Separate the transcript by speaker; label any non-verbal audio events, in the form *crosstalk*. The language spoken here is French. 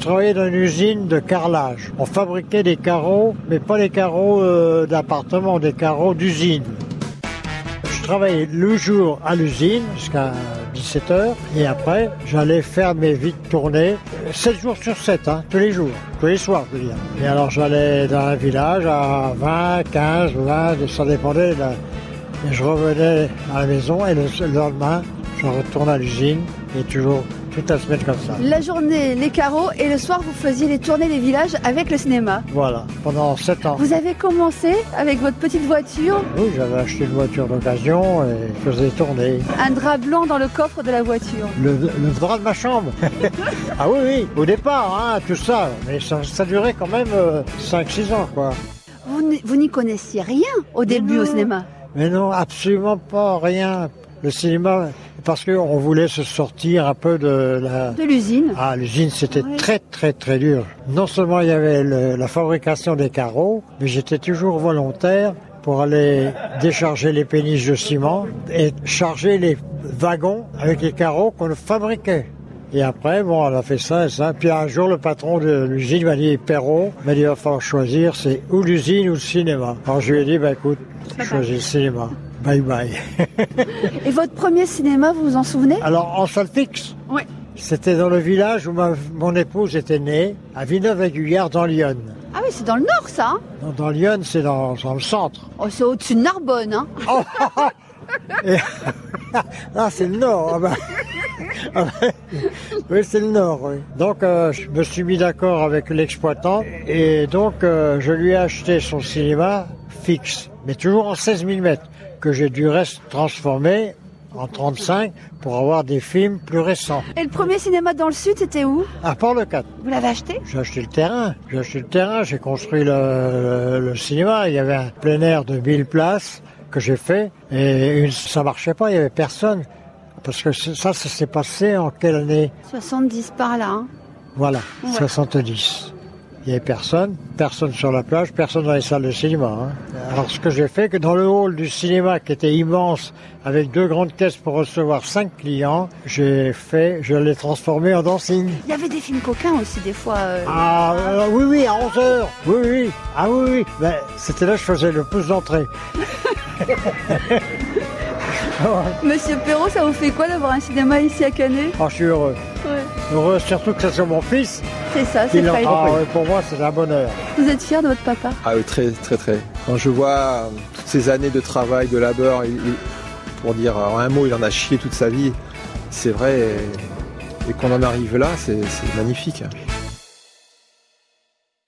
Speaker 1: travaillé dans une usine de carrelage. On fabriquait des carreaux, mais pas des carreaux euh, d'appartement, des carreaux d'usine. Je travaillais le jour à l'usine jusqu'à 17h et après j'allais faire mes vides tournées 7 jours sur 7, hein, tous les jours, tous les soirs je veux dire. Et alors j'allais dans un village à 20, 15, 20, ça dépendait. de la- Et je revenais à la maison et le, le lendemain je retournais à l'usine et toujours toute la semaine comme ça.
Speaker 2: La journée, les carreaux, et le soir, vous faisiez les tournées des villages avec le cinéma.
Speaker 1: Voilà, pendant 7 ans.
Speaker 2: Vous avez commencé avec votre petite voiture,
Speaker 1: Oui, j'avais acheté une voiture d'occasion et je faisais tourner.
Speaker 2: un drap blanc dans le coffre de la voiture.
Speaker 1: Le, le drap de ma chambre. ah oui, oui, au départ, hein, tout ça. Mais ça, ça durait quand même 5-6 ans, quoi.
Speaker 2: Vous n'y- vous n'y connaissiez rien au début au cinéma.
Speaker 1: Mais non, absolument pas rien. Le cinéma, parce qu'on voulait se sortir un peu de la...
Speaker 2: De l'usine.
Speaker 1: Ah, l'usine, c'était
Speaker 2: Ouais.
Speaker 1: très, très, très dur. Non seulement il y avait le- la fabrication des carreaux, mais j'étais toujours volontaire pour aller décharger les péniches de ciment et charger les wagons avec les carreaux qu'on fabriquait. Et après, bon, on a fait ça et ça. Puis un jour, le patron de l'usine m'a dit, Perrault, m'a dit, il va falloir choisir, c'est ou l'usine ou le cinéma. Alors je lui ai dit, bah écoute, choisis le cinéma. Bye bye.
Speaker 2: Et votre premier cinéma, vous vous en souvenez
Speaker 1: Alors, en salle fixe
Speaker 2: Oui.
Speaker 1: C'était dans le village où ma- mon épouse était née, à Villeneuve-et-Guyard, dans l'Yonne.
Speaker 2: Ah oui, c'est dans le nord, ça. hein
Speaker 1: Dans, dans l'Yonne, c'est dans, dans le centre.
Speaker 2: oh, c'est au-dessus de Narbonne. Hein
Speaker 1: Ah, c'est le nord. ah ben. *laughs* Ah ben, oui, c'est le nord. oui. Donc, euh, je me suis mis d'accord avec l'exploitant et donc euh, je lui ai acheté son cinéma fixe, mais toujours en 16 mm, que j'ai dû reste transformé en 35 pour avoir des films plus récents.
Speaker 2: Et le premier cinéma dans le sud, c'était où
Speaker 1: À part le 4.
Speaker 2: Vous l'avez acheté
Speaker 1: J'ai acheté le terrain, j'ai acheté le terrain, j'ai construit le, le- le cinéma. Il y avait un plein air de 1000 places que j'ai fait et une- ça marchait pas, il y avait personne. Parce que c'est- ça, ça s'est passé en quelle année
Speaker 2: 70 par là. hein.
Speaker 1: Voilà,
Speaker 2: Ouais.
Speaker 1: 70. Il y avait personne, personne sur la plage, personne dans les salles de cinéma. hein. Alors ce que j'ai fait, que dans le hall du cinéma qui était immense, avec deux grandes caisses pour recevoir cinq clients, j'ai fait, je l'ai transformé en dancing.
Speaker 2: Il y avait des films coquins aussi, des fois. euh.
Speaker 1: Ah euh, oui, oui, à 11h. Oui, oui. Ah oui, oui. Ben, C'était là que je faisais le plus d'entrées.
Speaker 2: Monsieur Perrault, ça vous fait quoi d'avoir un cinéma ici à Canet
Speaker 1: Oh, je suis heureux.
Speaker 2: Ouais.
Speaker 1: Heureux surtout que ce soit mon fils.
Speaker 2: C'est ça,
Speaker 1: qui
Speaker 2: c'est
Speaker 1: l'a-
Speaker 2: pas
Speaker 1: Ah, ouais, pour moi, c'est un bonheur.
Speaker 2: Vous êtes fier de votre papa
Speaker 3: Ah oui, très, très, très. Quand je vois euh, toutes ces années de travail, de labeur, il- il- pour dire en un mot, il en a chié toute sa vie, c'est vrai. Et, et qu'on en arrive là, c'est c'est magnifique.